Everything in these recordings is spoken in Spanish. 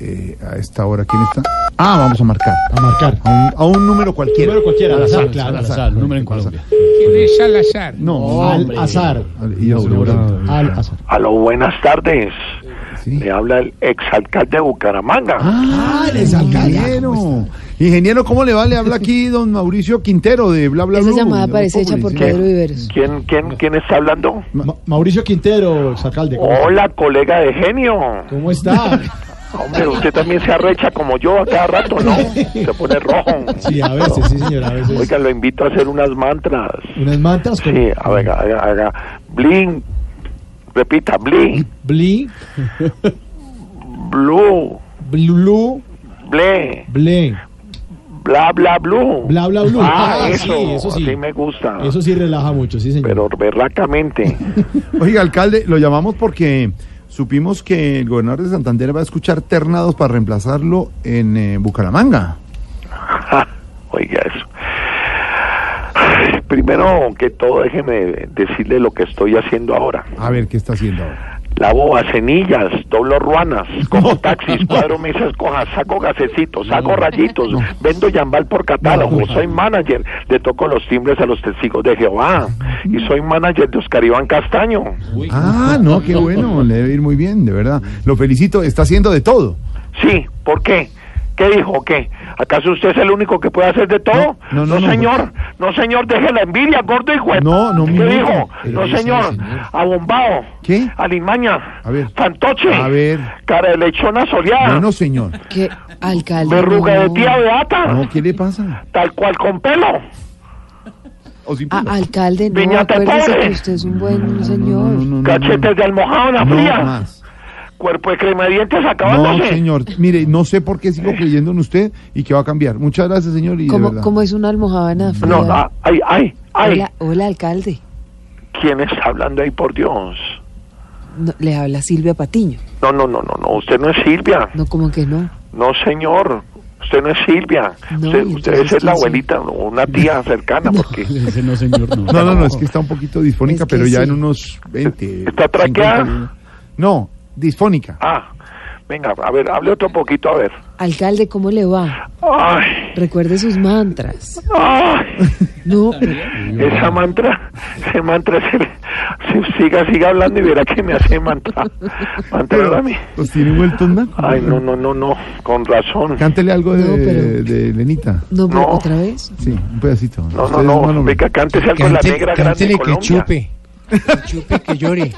Eh, a esta hora, ¿quién está? Ah, vamos a marcar. A marcar. A un, a un número cualquiera. Número cualquiera, al azar, claro, al azar, número en Colombia. ¿Quién es Salazar? No, Al azar. al- y Ah, ahora- Al azar. Aló, buenas tardes. Sí. Le habla el exalcalde de Bucaramanga. Ah, el ingeniero. Ingeniero, ¿cómo le va? Le habla aquí don Mauricio Quintero de Bla Bla Esa Blue, llamada de parece Voz hecha por Populi, sí. Pedro Viveros. ¿Quién, quién, quién está hablando? Ma- Mauricio Quintero, exalcalde. ¿cómo está? Hola, colega de genio. ¿Cómo está? Hombre, usted también se arrecha como yo a cada rato, ¿no? Se pone rojo. Sí, a veces, sí, señor, a veces. Oiga, lo invito a hacer unas mantras. Unas mantas con Sí, a ver, haga, haga. Blin. Repita, blin. bling, Blue. blue, Ble. bling. Bla, bla, blue. Bla, bla, blue. Ah, Ah, sí, eso. eso sí. Así me gusta. Eso sí relaja mucho, sí, señor. Ah. Pero berracamente. Oiga, alcalde, lo llamamos porque supimos que el gobernador de Santander va a escuchar ternados para reemplazarlo en eh, Bucaramanga. Ja, Ah, Oiga eso. Ay, Primero que todo, déjeme decirle lo que estoy haciendo ahora. A ver qué está haciendo ahora. Lavo a cenillas, doblo ruanas, cojo taxis, cuadro mesas, cojas, saco gasecitos, saco rayitos, vendo yambal por catálogo, soy manager, le toco los timbres a los testigos de Jehová y soy manager de Oscar Iván Castaño. Ah, no, qué bueno, le debe ir muy bien, de verdad. Lo felicito, está haciendo de todo. Sí, ¿por qué? ¿Qué dijo? ¿Qué? ¿Acaso usted es el único que puede hacer de todo? No, no, no, no. señor. No, señor, deje la envidia, gordo y juez. No, no, ¿Qué minuto. dijo? Pero No, dice el señor. señor. Abombado. ¿Qué? Alimaña. A ver. Fantoche. A ver. Cara de lechona soleada. No, no, señor. ¿Qué, alcalde? Verruga de no. tía beata. No, ¿qué le pasa? Tal cual con pelo. O sin A- pelo. Ah, alcalde, no, Piñata acuérdese pobre. que usted es un buen No, señor. no, no, no, Cachetes de almojado en la no, fría. no más. Cuerpo de crema de dientes No, acabándose. señor. Mire, no sé por qué sigo creyendo en usted y que va a cambiar. Muchas gracias, señor. Y de ¿Cómo, verdad. cómo es una almohábana fría? No, ah, ay, ay, ay. Hola, hola, alcalde. ¿Quién está hablando ahí, por Dios? No, le habla Silvia Patiño. No, no, no, no, no. Usted no es Silvia. No, como que no. No, señor. Usted no es Silvia. No, usted usted ¿y entonces debe ser la quién soy? abuelita o una tía cercana, porque Ese no, señor, no. No, no, no, es que está un poquito disfónica, Es que pero ya sí. en unos 20. ¿Está traqueada? 50. No, disfónica. Ah, venga, a ver, hable otro poquito, a ver. Alcalde, ¿cómo le va? Ay, Recuerde sus mantras. ay. No, Esa mantra, ese mantra, se, le- se- siga, siga hablando y verá que me hace mantra. Mantra a mí. Los Pues tiene vueltos nacos. Ay, no, no, no, no. Con razón. Cántele algo de, No, pero- de Lenita. no, pero No. ¿otra vez? Sí, un pedacito. No, Usted no, es mal no. hombre. Venga, cántese algo la negra grande de Colombia. que llore.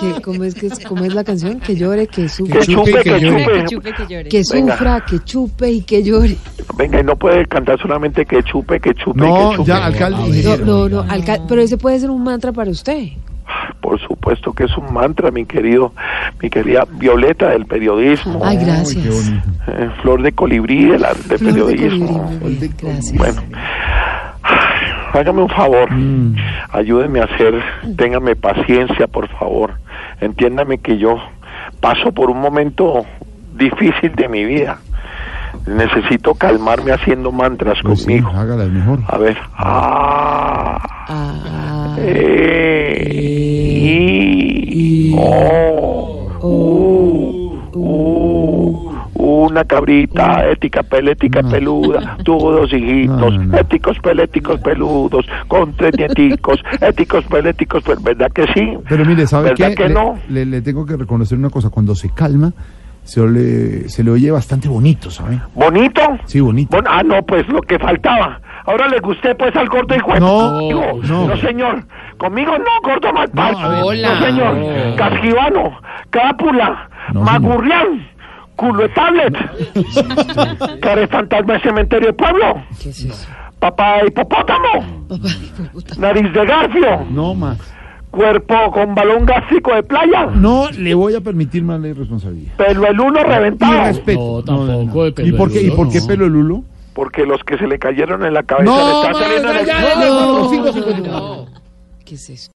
¿Qué, cómo, es que, ¿Cómo es la canción? Que llore, que Que sufra, chupe, que Que chupe. chupe, que llore. que sufra, que chupe y que llore. Venga, y no puede cantar solamente que chupe, que chupe, que No, chupe. ya, alcalde. No, No, ingeniero. no, no, alcalde, pero ese puede ser un mantra para usted. Por supuesto que es un mantra, mi querido, mi querida Violeta del periodismo, Ay, Uy, gracias. qué bonito. eh, flor de colibrí del ar- de Flor de colibrí, periodismo. muy bien, gracias. Bueno, hágame un favor, ayúdeme a hacer, téngame paciencia, por favor. Entiéndame que yo paso por un momento difícil de mi vida. Necesito calmarme haciendo mantras Pues sí, conmigo. hágala es mejor. A ver. Ah, Ah, eh, y- oh. Una cabrita, ética, pelética, peluda, tuvo dos hijitos, No, no, no. éticos, peléticos, peludos, con tres nieticos, éticos, peléticos, pues, ¿verdad que sí? Pero mire, ¿sabe ¿Verdad qué? que le, no? le- le tengo que reconocer una cosa. Cuando se calma, se le, se le oye bastante bonito, ¿sabe? ¿Bonito? Sí, bonito. Bon- ah, no, pues lo que faltaba. Ahora le gusté pues al gordo y juez. No, Digo, no. señor. Conmigo no, gordo mal No, a ver. No, señor. Casquivano, Cápula, No, Magurrián, Culo de Tablet, Care Fantasma de Cementerio de Pueblo, ¿qué es eso? Papá Hipopótamo, Papá, hijo de puta. Mm. Nariz de Garfio, No más. cuerpo con balón gástrico de playa, No le voy a permitir más la irresponsabilidad. pelo el uno Y reventado. respeto. No, tampoco de ¿Y por qué, ¿y peludo, por qué no. pelo lulo? Porque los que se le cayeron en la cabeza le están saliendo en el... ¿Qué es eso?